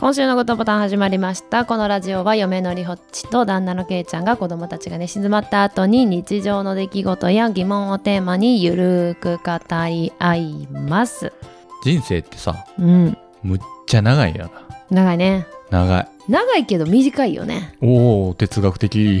今週のグッドボタン始まりましたこのラジオは嫁のりほっちと旦那のけいちゃんが子供たちが寝静まった後に日常の出来事や疑問をテーマにゆるーく語り合います人生ってさうんむっちゃ長いよ長いねな長い長いけど短いよねおお哲学い的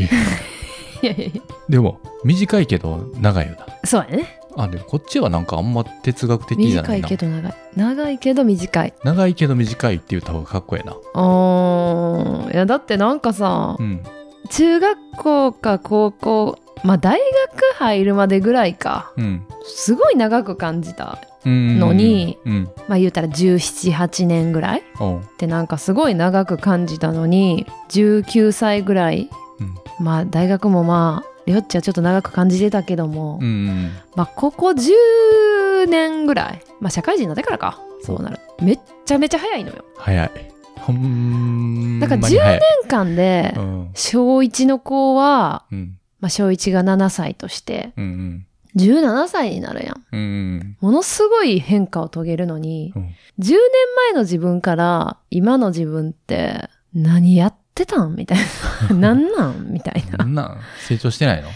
やいやいや でも短いけど長いよな そうやねあでもこっちはなんかあんま哲学的じゃな短いいなけど長い長いけど短い長いけど短いって言った方がかっこええなおーいやだってなんかさうん中学校か高校まあ大学入るまでぐらいかうんすごい長く感じたうんのにうんまあ言うたら1718年ぐらいっおうてなんかすごい長く感じたのに19歳ぐらいうんまあ大学もまありょっちはちょっと長く感じてたけども、うんうんまあここ10年ぐらいまあ社会人になってからかそうなるめっちゃめちゃ早いのよ早いほんだまからに早い年間でうん小1の子は、うんまあ、小1が7歳としてうんうん17歳になるやんうんうんものすごい変化を遂げるのに、うん10年前の自分から今の自分って何やってたんみたい な。何なんみたいなな。んなん成長してないの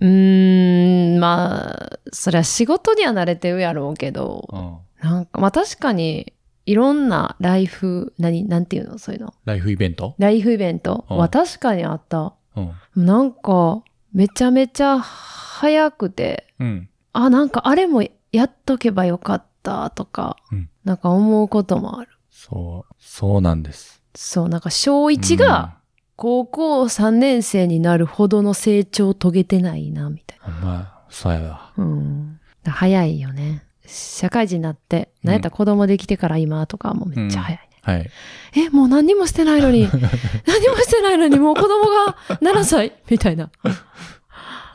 うーん、まあ、そりゃ仕事には慣れてるやろうけど、うんなんか、まあ確かに、いろんなライフ、何、なんていうのそういうの。ライフイベントライフイベントうんは確かにあった。うんなんか、めちゃめちゃ早くて、うんあ、なんかあれもやっとけばよかったとか、うんなんか思うこともある。そうそうなんですそう、なんか小1が高校3年生になるほどの成長を遂げてないな、みたいうんほんまそうやわな。うん。だ早いよね。社会人になって、うんなんやったら子供できてから今とかもめっちゃ早いね。はいえ、もう何にもしてないの に、何もしてないのに、もう子供が7歳みたいな。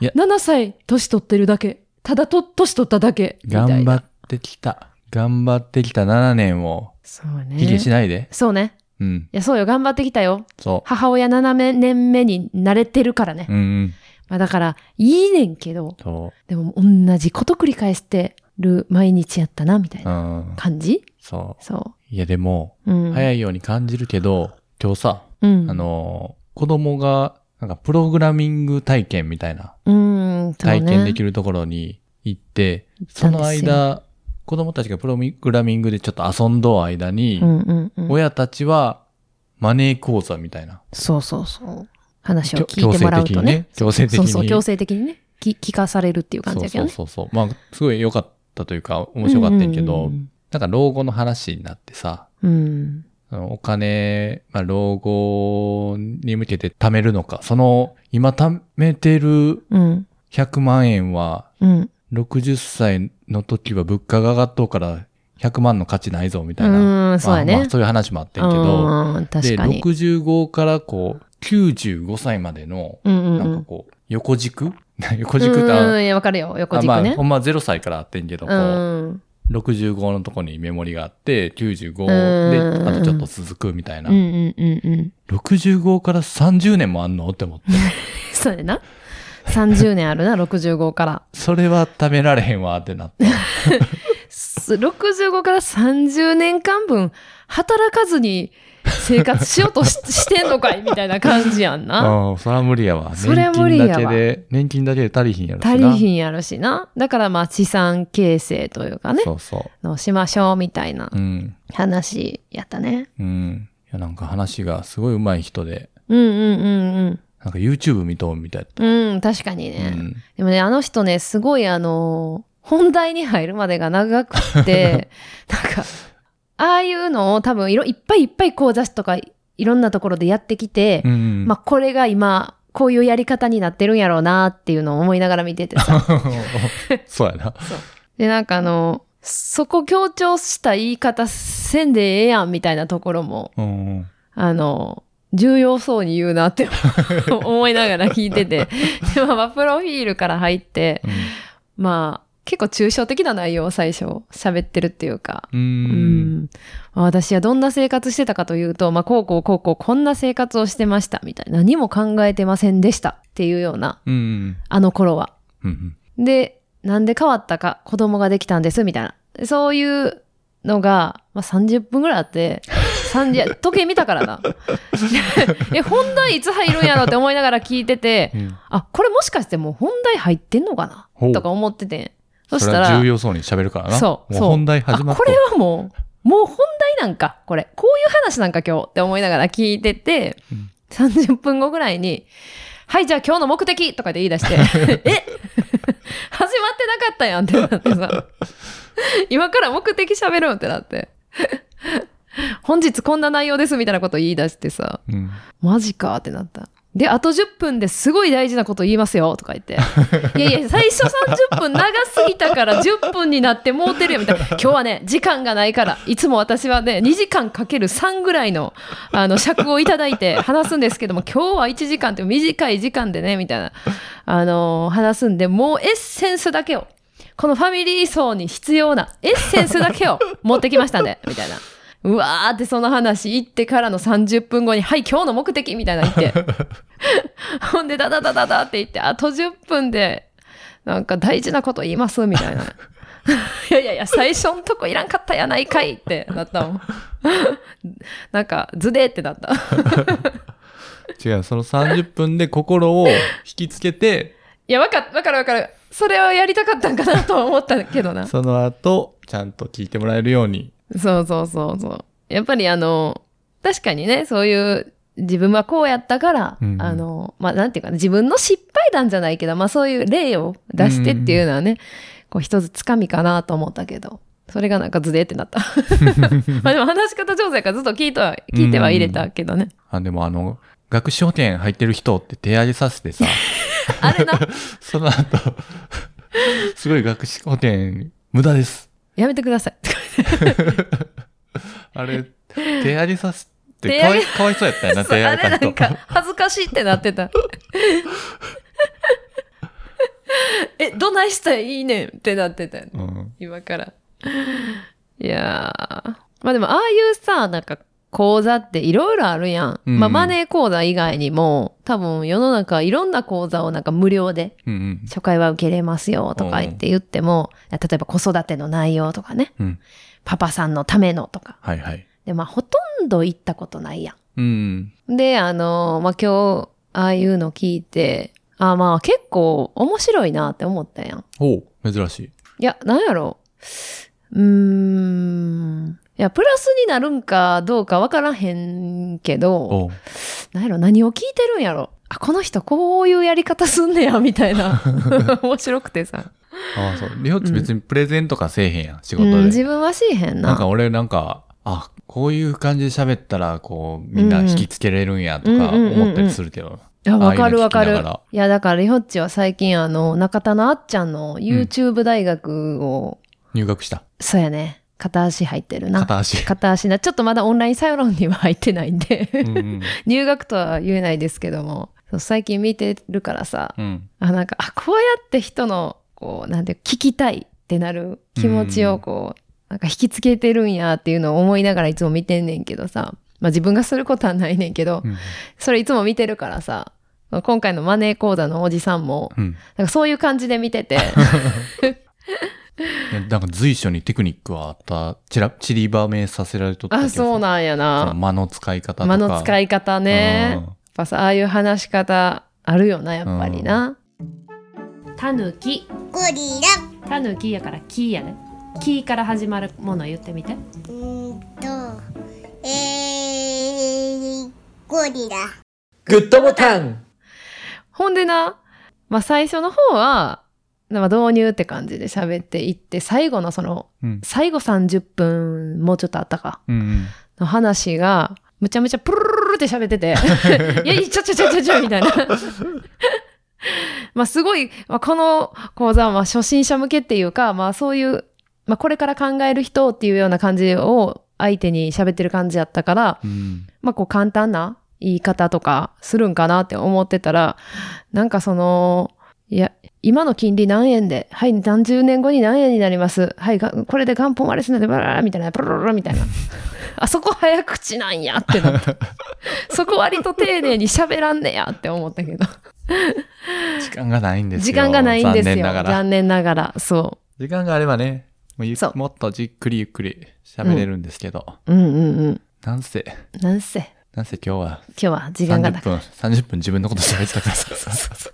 いや7歳、年取ってるだけ。ただと、年取っただけ。みたいな頑張ってきた頑張ってきた7年をそう卑下しね。ないで、そうね。うんいや、そうよ。頑張ってきたよ。そ母親7年目に慣れてるからね。ううんうんまあだから、いいねんけど、そでも同じこと繰り返してる毎日やったな、みたいううなん感じそそういやでも、う。うん。早い。いように感じるけど今日さうん。あ、のー子供がなんかプログラミング体験みたいなうん、そうね体験できるところに行ってたそ,、んですよの間子供たちがプログラミングでちょっと遊んどう間に、うんうんうん。親たちはマネー講座みたいなそうそうそう。話を強聞いてもらうとね。強制的そにね強制的うそう、強制的ににね。き聞かされるっていう感じそうだけどそうね。そうそうまあすごい良かったというか面白かったんやけうんど、うんなんか老後の話になってさうん。あのお金、まあ、老後に向けて貯めるのかその今貯めてるうん。 100万円はうん。 60歳の時は物価が上がっとうから100万の価値ないぞみたいな、うん、そうやまあまねあ。そういう話もあってんけど、うん、確でかに。 65からこう95歳までのうんうんうなんかん。こう横軸 横軸ってあのうん、いやわかるよ。横軸あまあ、ねほ。んま0歳からあってんけど、こう。うん65のとこにメモリがあって、95うんで、あとちょっと続くみたいうんうな。んうんうん。 65から30年もあんのって思って。そうやな。30年あるな、65から。 それは食べられへんわってなって。す65から30年間分、働かずに生活しようとししてんのかいみたいな感じやんな。 うん、そら無理やわ。そりゃ無理やわ年金だけで、年金だけで足りひんやろしな。足りひん。んやろしな。だからまあ資産形成というかね、そうそのしましょうみたいなう。うん。話やったね。うん。いや、なんか話がすごい上手い人で、うんうんうんなんか YouTube 見とんみたいうん。うん、確かにやった。ね。うん。でもね、あの人ね、すごいあのー本題に入るまでが長く って、なんか、ああいうのを多分いろいっぱいいっぱい講座とかいろんなところでやってきて、うん。まあ、これが今、こういうやり方になってるんやろうなっていうのを思いながら見てて さ。 そうやな。で、なんかあの、そこ強調した言い方せんでええやんみたいなところも、うんうん。あの、重要そうに言うな って思いながら聞いてて。で、まあまあ、プロフィールから入って、まあ、結構抽象的な内容を最初喋ってるっていうか。う。うんん、私はどんな生活してたかというと、まあ、こうこうこうこうこんな生活をしてましたみたいな何も考えてませんでしたっていうようなうん。あの頃は。うん。で、なんで変わったか、子供ができたんです、みたいな。そういうのが、まあ、30分ぐらいあって、 3時 や時計見たからなえ本題いつ入るんやろって思いながら聞いててうんあこれもしかしてもう本題入ってんのかほうなとか思っててそしそたれらは重要そうに喋るからな。そうもそうう本題あ始まっこれはもうもう本題なんかこれこういう話なんか今日って思いながら聞いてて、うん30分後ぐらいに「はいじゃあ今日の目的!」とかで言い出 して「え始まってなかったやん」ってなってさ今から目的喋るんってなって本日こんな内容ですみたいなこと言い出してさうんマジかってなった。で、あと10分ですごい大事なこと言いますよとか言って。いやいや、最初30分長すぎたから10分になってもうてるよみたいな。今日はね、時間がないから、いつも私はね、2時間かける3ぐらいの、あの、尺をいただいて話すんですけども、今日は1時間って短い時間でね、みたいな、あの話すんで、もうエッセンスだけを、このファミリー層に必要なエッセンスだけを持ってきましたんで、みたいな。うわーってその話言ってからの30分後に、はい、今日の目的みたいな言って。 ほんで、ダダダダダって言って、あと10分で、なんか大事なこと言います、みたいな。い やいやいや、最初んとこいらんかったやないかいってなったもん。なんか、ズデーってなった。い違う、その30分で心を引きつけて、や、わか、わかるわかる。それをやりたかったんかなとは思ったけど な。その後、ちゃんと聞いてもらえるように。そうそうそうそう。やっぱりあの、確かにね、そういう、自分はこうやったから、うんあの、まあ、なんていうかな、自分の失敗談じゃないけど、まあ、そういう例を出してっていうのはね、こう一つつかみかなと思ったけど、それがなんかズデって なった。まあでも話し方上手やからずっと聞いては、聞いては入れたけどね。あ、でもあの、学士保険入ってる人って手上げさせ てさ、あれな、その後、すごい学士保険無駄です。やめてください。あれ、手上げさせて、手か上わいげかわいそうやったよ な、そう手あ上れなげんたか人。恥ずかしいってなってた。え、どないしたらいいねんってなってたよね うん。今から。いやー。まあでも、ああいうさ、なんか、講座っていろいろあるやん。うんまあ、マネー講座以外にも、多分世の中いろんな講座をなんか無料で、うんうん。初回は受けれますよとか言って言っても、例えば子育ての内容とかね、うん。パパさんのためのとか。はいはい。で、まあ、ほとんど行ったことないやん。うん。で、あのーまあ、今日、ああいうの聞いて、あーまあ、結構面白いなって思ったやん。おう珍しい。いや、なんやろう。うーん。いや、プラスになるんかどうかわからへんけど、おうなんやろ、何を聞いてるんやろ。あ、この人こういうやり方すんねや、みたい な。面白くてさ。ああ、そう。りょうち別にプレゼンとかせえへんやん、仕う事ん、で。自分はしいへんな。なんか俺なんか、あ、こういう感じで喋ったら、こう、みんな引きつけれるんやとかうんうん思ったりするけど。いや、ああわかるわかいうるの聞きながら。いや、だから、りほっちは最近、あの、中田のあっちゃんの YouTube 大学を、入学した。そうやね、片足入ってるな。片 足。片足な。ちょっとまだオンラインサロンには入ってないんで。うんうん。 入学とは言えないですけども、そう最近見てるからさ、うん。あ、なんか、あ、こうやって人の、こう、なんていう、聞きたいってなる気持ちをこう、なんか引きつけてるんやっていうのを思いながらいつも見てんねんけどさ、まあ自分がすることはないねんけどう、んそれいつも見てるからさ、今回のマネー講座のおじさんも、うん。なんかそういう感じで見て て、ねなんか随所にテクニックはあった、ちら、散りばめさせられとったあ、そうな。なんやそのな。間の使い方とか。間の使いい方ね。やっぱさ、ああいう話し方あるよな、やっぱりな。たぬき。ゴリラ。タヌキやからキーやねキーから始まるもの言ってみてうーんと、えー、ゴリラ。グッドボタンほんでな、まあ、最初の方は、まあ、導入って感じで喋っていって最後のそのうん。最後30分もうちょっとあったかうんうん。の話がむちゃむちゃプルルルルって喋ってて「いやいやちょちょちょちょちょ」みたいな。まあすごい、まあ、この講座はまあ初心者向けっていうか、まあそういう、まあこれから考える人っていうような感じを相手に喋ってる感じやったから、うん。まあ、こう簡単な言い方とかするんかなって思ってたら、なんかその、いや、今の金利何円で、はい、何十年後に何円になります。はい、がこれで元本割れするので、バラバラみたいな、プルルルルみたいな。あそこ早口なんやってなった。そこ割と丁寧に喋らんねやって思ったけど。時間がないんですよ。時間がないんですよ。残念ながら。残念ながら。そ時間があればね、もうゆそうもっとじっくりゆっくり喋れるんですけど。う。うんうんうん。なんせ、なんせなんせ今日は今日は時間がな30く分、30分自分のこと喋って たからさ。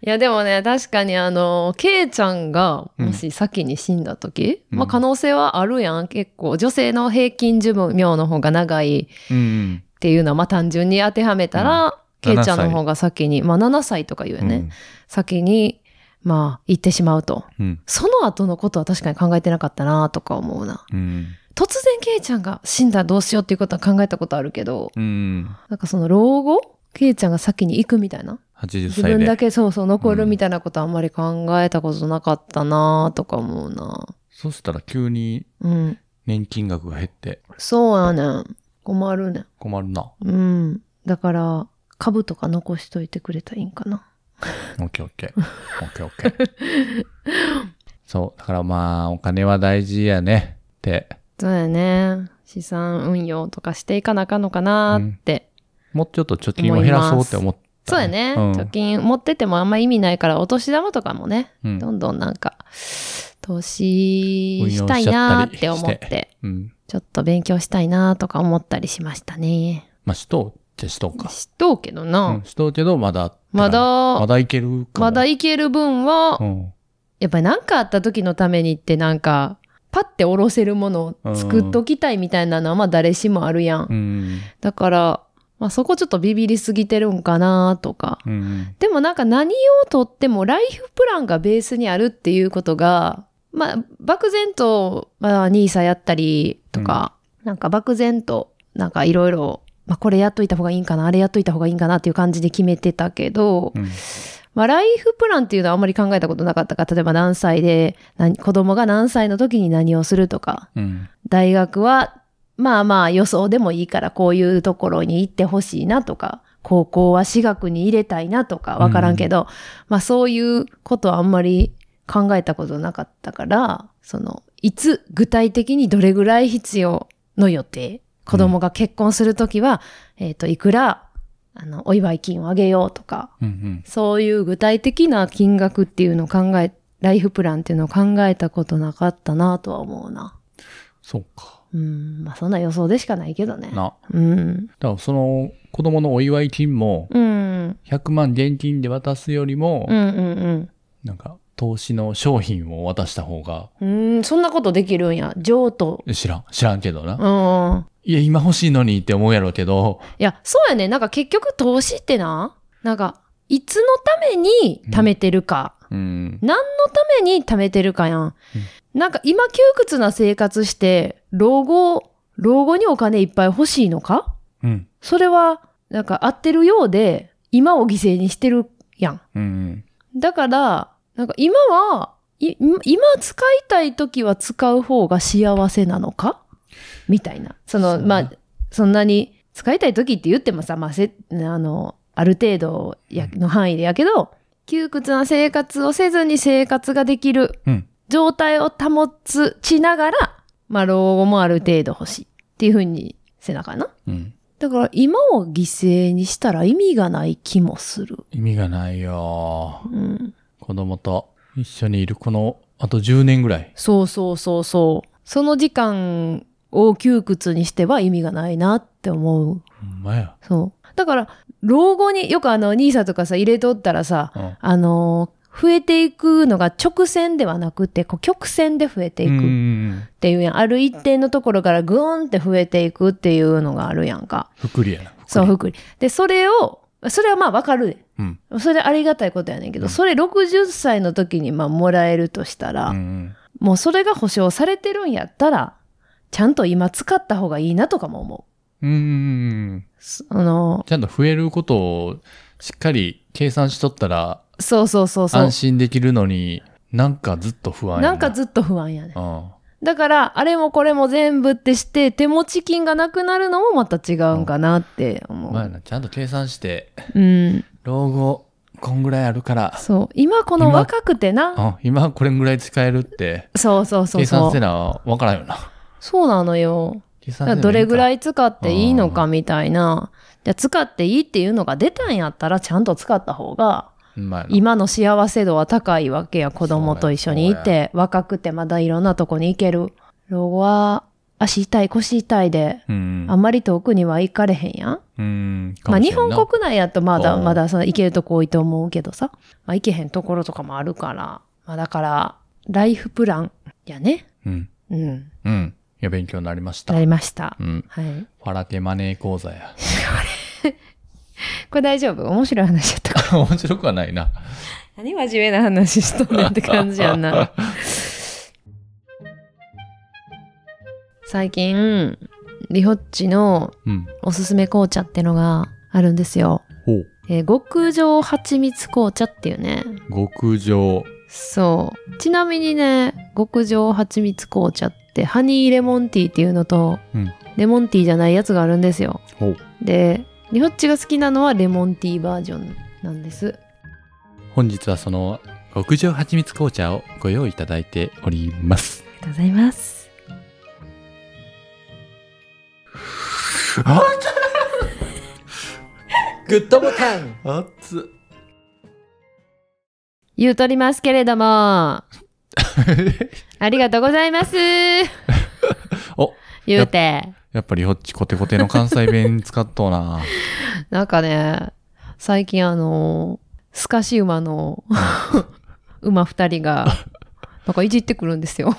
いやでもね確かにあのケイちゃんがうんもし先に死んだ時、うんまあ可能性はあるやん結構女性の平均寿命の方が長いうんうん。っていうのはまあ単純に当てはめたら、ケイちゃんの方が先にまあ7歳とか言うよね、先にまあ行ってしまうとうん。その後のことは確かに考えてなかったなとか思うなうん。突然ケイちゃんが死んだらどうしようっていうことは考えたことあるけどうん。なんかその老後ケイちゃんが先に行くみたいな80自歳で。分だけそうそう残るうんみたいなことあんまり考えたことなかったなとか思うなそしたら急にうん年金額が減ってそうやねん困るねん困るな。うんだから株とか残しといてくれたらいいんかなオッケーオッケー。オッケーオッケー。 そう。だからまあ、お金は大事やね。って。そうやね資産運用とかしていかなあかんのかなって、もうちょっと貯金を減らそうって思った、そうやね、うん貯金持っててもあんま意味ないからお年玉とかもねうんどんどんなんか投資したいなーって思っ運用しちゃったりしてうん。ちょっと勉強したいなーとか思ったりしましたね。まあ、しとうっちゃしとうか。しとうけどな、うん、しとうけど、まだ。まだまだいけるかも。まだいける分は、うん。やっぱり何かあった時のためにってなんかパッて下ろせるものを作っときたいみたいなのはまあ誰しもあるやん。うん。だから、まあ、そこちょっとビビりすぎてるんかなーとか。うん。でもなんか何をとってもライフプランがベースにあるっていうことが、まあ、漠然と、まあ、ニーサやったりとか、なんか漠然と、なんかいろいろ、まあ、これやっといた方がいいんかな、あれやっといた方がいいんかなっていう感じで決めてたけど、うんまあ、ライフプランっていうのはあんまり考えたことなかったから、例えば何歳で、何子供が何歳の時に何をするとか、うん。大学は、まあまあ予想でもいいからこういうところに行ってほしいなとか、高校は私学に入れたいなとかわからんけど、まあそういうことはあんまり考えたことなかったから、その、いつ具体的にどれぐらい必要の予定子供が結婚するときは、えっ、と、いくら、あの、お祝い金をあげようとか、うん。うん。そういう具体的な金額っていうのを考え、ライフプランっていうのを考えたことなかったなとは思うな。そうか。うん、まあそんな予想でしかないけどね。な。うん。だから、その、子供のお祝い金も、うん。うん100万現金で渡すよりも、うんなんか、投資の商品を渡した方が、うん。うん、そんなことできるんや。譲渡。知らん、知らんけどな。うん。いや、今欲しいのにって思うやろうけど、いや、そうやね。なんか結局投資ってな、なんか、いつのために貯めてるか、うん。何のために貯めてるかやん。なんか今窮屈な生活して、老後、老後にお金いっぱい欲しいのかうん。それは、なんか合ってるようで、今を犠牲にしてるやん。うん。だから、なんか今は、い今使いたい時は使う方が幸せなのかみたいな。その、そうねまあ、そんなに使いたい時って言ってもさ、まあ、せあの、ある程度やの範囲でやけど、窮屈な生活をせずに生活ができるうん。状態を保つちながら、まあ、老後もある程度欲しいっていうふうにせなあかんな。うん。だから今を犠牲にしたら意味がない気もする。意味がないよ。うん。子供と一緒にいるこの、あと10年ぐらい。そうそうそうそう。その時間を窮屈にしては意味がないなって思う。ほんまや。そう。だから、老後によくあの、ニーサとかさ、入れとったらさ、うんあのー増えていくのが直線ではなくて、こう曲線で増えていうんうくっんうん。ていうやん。ある一定のところからグーンって増えていくっていうのがあるやんか。福利やな。そう、福利。で、それを、それはまあわかるで。うん。それありがたいことやねんけど、うんそれ60歳の時にまあもらえるとしたら、うんうん。もうそれが保証されてるんやったら、ちゃんと今使った方がいいなとかも思うんうんうん。う。そあの、ちゃんと増えることをしっかり計算しとったらそうそうそうそう安。心できるのに、なんかずっと不安やなんかずっと不安やねう。ん。だから、あれもこれも全部ってして、手持ち金がなくなるのもまた違うんかなって思まあう。な、ちゃんと計算して、うん。老後、こんぐらいあるから、そう。今この今若くてな。うん、今これぐらい使えるって、そうそうそ計う算そせう。な、わからんよな。そうなのよ。計だ算かせらなどれぐらいい使っていいのかみたいな。じゃあ使っていいっていうのが出たんやったら、ちゃんと使った方がいんか、今今の幸せ度は高いわけや子供と一緒にいそうて若くてまだいろんなとこに行ける老後は足痛い腰痛いでうん。あんまり遠くには行かれへんやん。うん。かまあもし日れんな本国内やとまだうんまだその行けるとこ多いと思うけどさ、まあ、行けへんところとかもあるから、まあ、だからライフプランやね。うん。うん。うん。いや、勉強になりました。なりました。うん。はい。ファラテマネー講座や。 これ大丈夫面白い話やったから。面白くはないな。何真面目な話しとんねんって感じやんな。最近、リホッチのうん。おすすめ紅茶ってのがあるんですよ。ほう。えー極上蜂蜜紅茶っていうね。極上。そう。ちなみにね、極上蜂蜜紅茶って、ハニーレモンティーっていうのと、うんレモンティーじゃないやつがあるんですよ。ほう。で、リホッチが好きなのはレモンティーバージョンなんです。本日はその極上蜂蜜紅茶をご用意いただいており ます。ありがとうございます。グッドボタン熱っ。言うとりますけれども、ありがとうございます。 お、言うて。やっぱりホッチコテコテの関西弁使っとうな。なんかね、最近あの、スカシ馬 の馬二人が、なんかいじってくるん ですよ。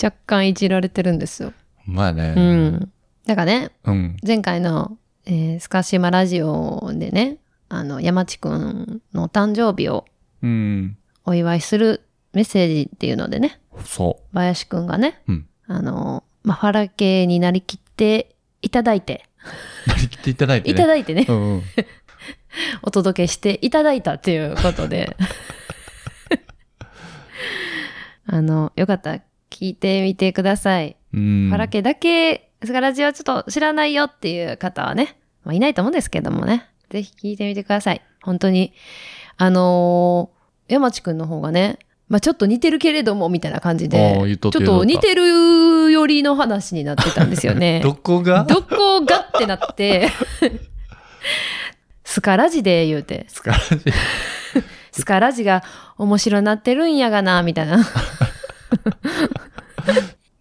若干いじられてるんですよ。まあね。うん。だからね、うん。前回の、えースカシ馬ラジオでね、あの、山地くんのお誕生日をうん。お祝いするメッセージっていうのでね、そ林くんがね、うんあの、マファラ系になりきっていただいて、う。なりきっていただいて、ね。いただいてね、うんうん。お届けしていただいたっていうこと で。あの、よかったら聞いてみてください。うん。パラケだけ、スガラジオちょっと知らないよっていう方はね、まあ、いないと思うんですけどもね、ぜひ聞いてみてください。本当に、あのー山地くんの方がね、まあちょっと似てるけれども、みたいな感じであー言っ、ちとょっったと似てるよりの話になってたんですよね。 どこがどこがってなって、 スカラジで言うて、すかしいスカラジが面白なってるんやがな、みたいな。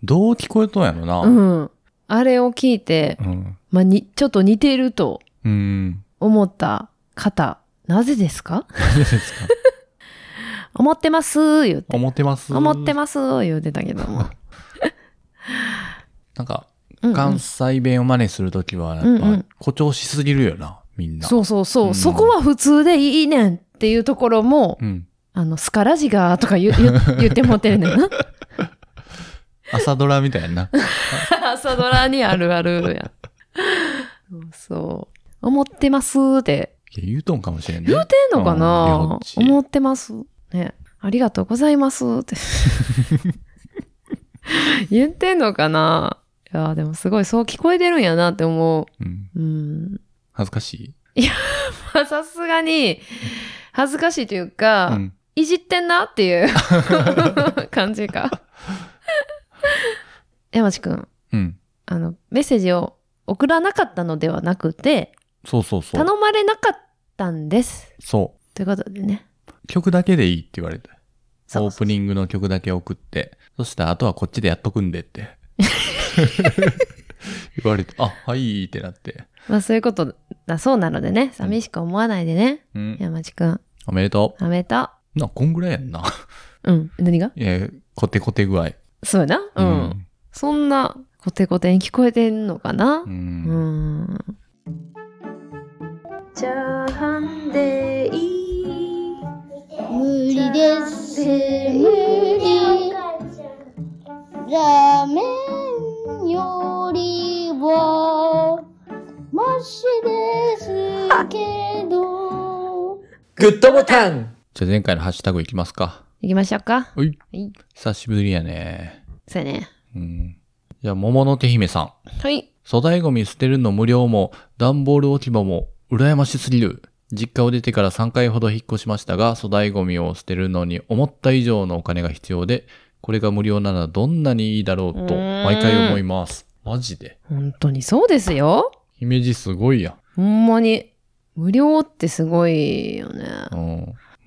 どう聞こえとんやろな。う。ん。あれを聞いてう、ん。まあ、に、ちょっと似てるとうん。思った方、なぜですか何ですか 思ってます、言って。思ってます。思ってまます、言うてたけども。す。なんうか、んうん関西弁を真似するときは、やうんうっんぱ、誇張しすぎるよな、みんな。そうそうそう、うんそこは普通でいいねんっていうところも、うん。あの、スカラジがとか言う言う言ってもってるねんな。 朝ドラみたいやな。朝ドラにあるあるやん。そう。思ってますっていや言うとんかもしれんね。言うてんのかうんな両、地思ってます。ね。ありがとうございますって 言ってんのかないや、でもすごいそう聞こえてるんやなって思うん。う。うん。 恥ずかしい。まあさすがに恥ずかしいというか、うん。いじってんなって いう感じか。 山地くん、うん。あの、メッセージを送らなかったのではなくて、そうそうそう。頼まれなかったんです。そということでね。う。曲だけでいいって言われて。オープンニングの曲だけ送って。そしたら、あとはこっちでやっとくんでって。 言われて、あ、はいーってなって。グ。まあそういうことだそうなのでね、寂しく思わないでね。うん。山地くん、おめでとおめでとう。な、こんぐらいやんな。う。うん。何がいや、コテコテ具合。そうやな。うん。そんな、コテコテに聞こえてんのかなう。うんん。チャーハンでいい無理です。無理。ラーメンよりは、マシですけど。グッドボタンじゃあ前回のハッシュタグいきますか。行きましょうか。ういはい。久しぶりやね。そうやね。うん。じゃあ、桃の手姫さん。はい。粗大ゴミ捨てるの無料も、段ボール置き場も、羨ましすぎる。実家を出てから3回ほど引っ越しましたが、粗大ゴミを捨てるのに思った以上のお金が必要で、これが無料ならどんなにいいだろうと、うーん毎回思います。マジで。本当にそうですよ。姫路すごいやほんまに。無料ってすごいよね。ん。う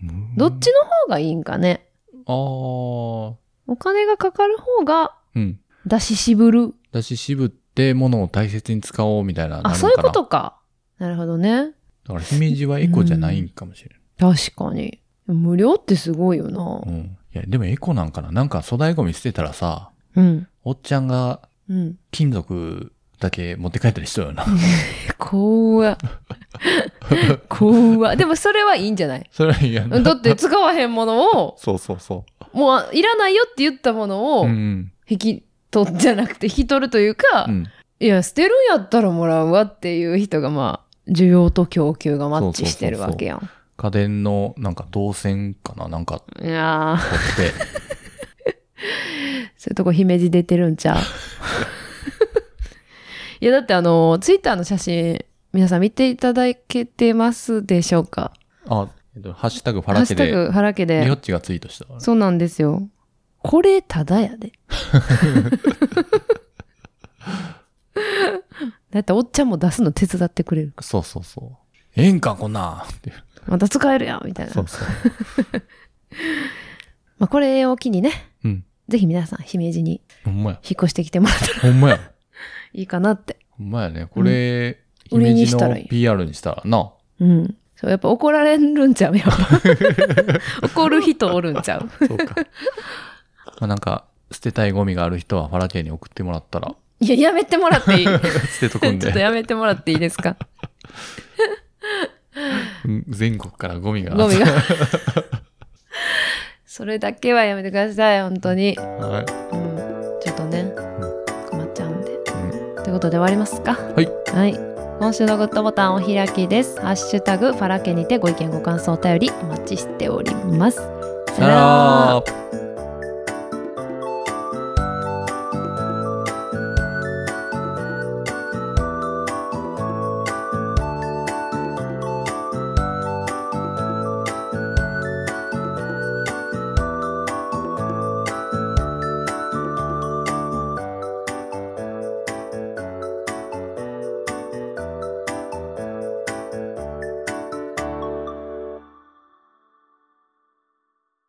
ん。どっちの方がいいんかね。あー。お金がかかる方がううん。だし渋る。だし渋ってものを大切に使おうみたいな。あ、なるのかそなういうことか。なるほどね。だから姫路はエコじゃないんかもしれ確かに。無料ってすごいよなない。。うん。いや、でもエコなんかな。なんか粗大ゴミ捨てたらさ、うん。おっちゃんがうん。金属だけ持って帰ったりしそうよな。怖っ。怖っ。でもそれはいいんじゃないそれはいいやな。だって使わへんものを、そうそうそもういらないよって言ったものう。をう、ん。引き取っじゃなくて引き取るというか、うん。いや捨てるんやったらもらうわっていう人がまあ需要と供給がマッチしてるわけやん。家電のなんか導線かななんかいやー取って。そういうとこ姫路出てるんちゃう いやだってあのツイッターの写真皆さん見ていただけてますでしょうか あ、えっとハッシュタグファハッラシケュタで、グ原家リホッでチがツイートした。そうなんですよこれただや でだっておっちゃんも出すの手伝ってくれるそうそうそう。ええんか、こんなんっていうまた使えるやんみたいなそうそう。まあ、これを機にね、うん。ぜひ皆さん、姫路にほんまや。引っ越してきてもらったら ほんまや。いいかなって。ほんまやね。これ、うん姫路売りにしたらいのい PR にしたらな。うん。そう、やっぱ怒られるんちゃうやっ ぱ。怒る人おるんちゃう。そう か。まあなんか、捨てたいゴミがある人はファラケに送ってもらっ たら、いや、やめてもらっていいち捨てとくんょっとで、やめてもらっていいですかうん全国からゴミが。ゴミが。それだけはやめてください、本当に。 はい。うん。ちょっとね、困っちゃうんで。うんということで終わりますかはいはい今週のグッドボタンお開きですハッシュタグファラケにてご意見ご感想お便りお待ちしておりますささよなら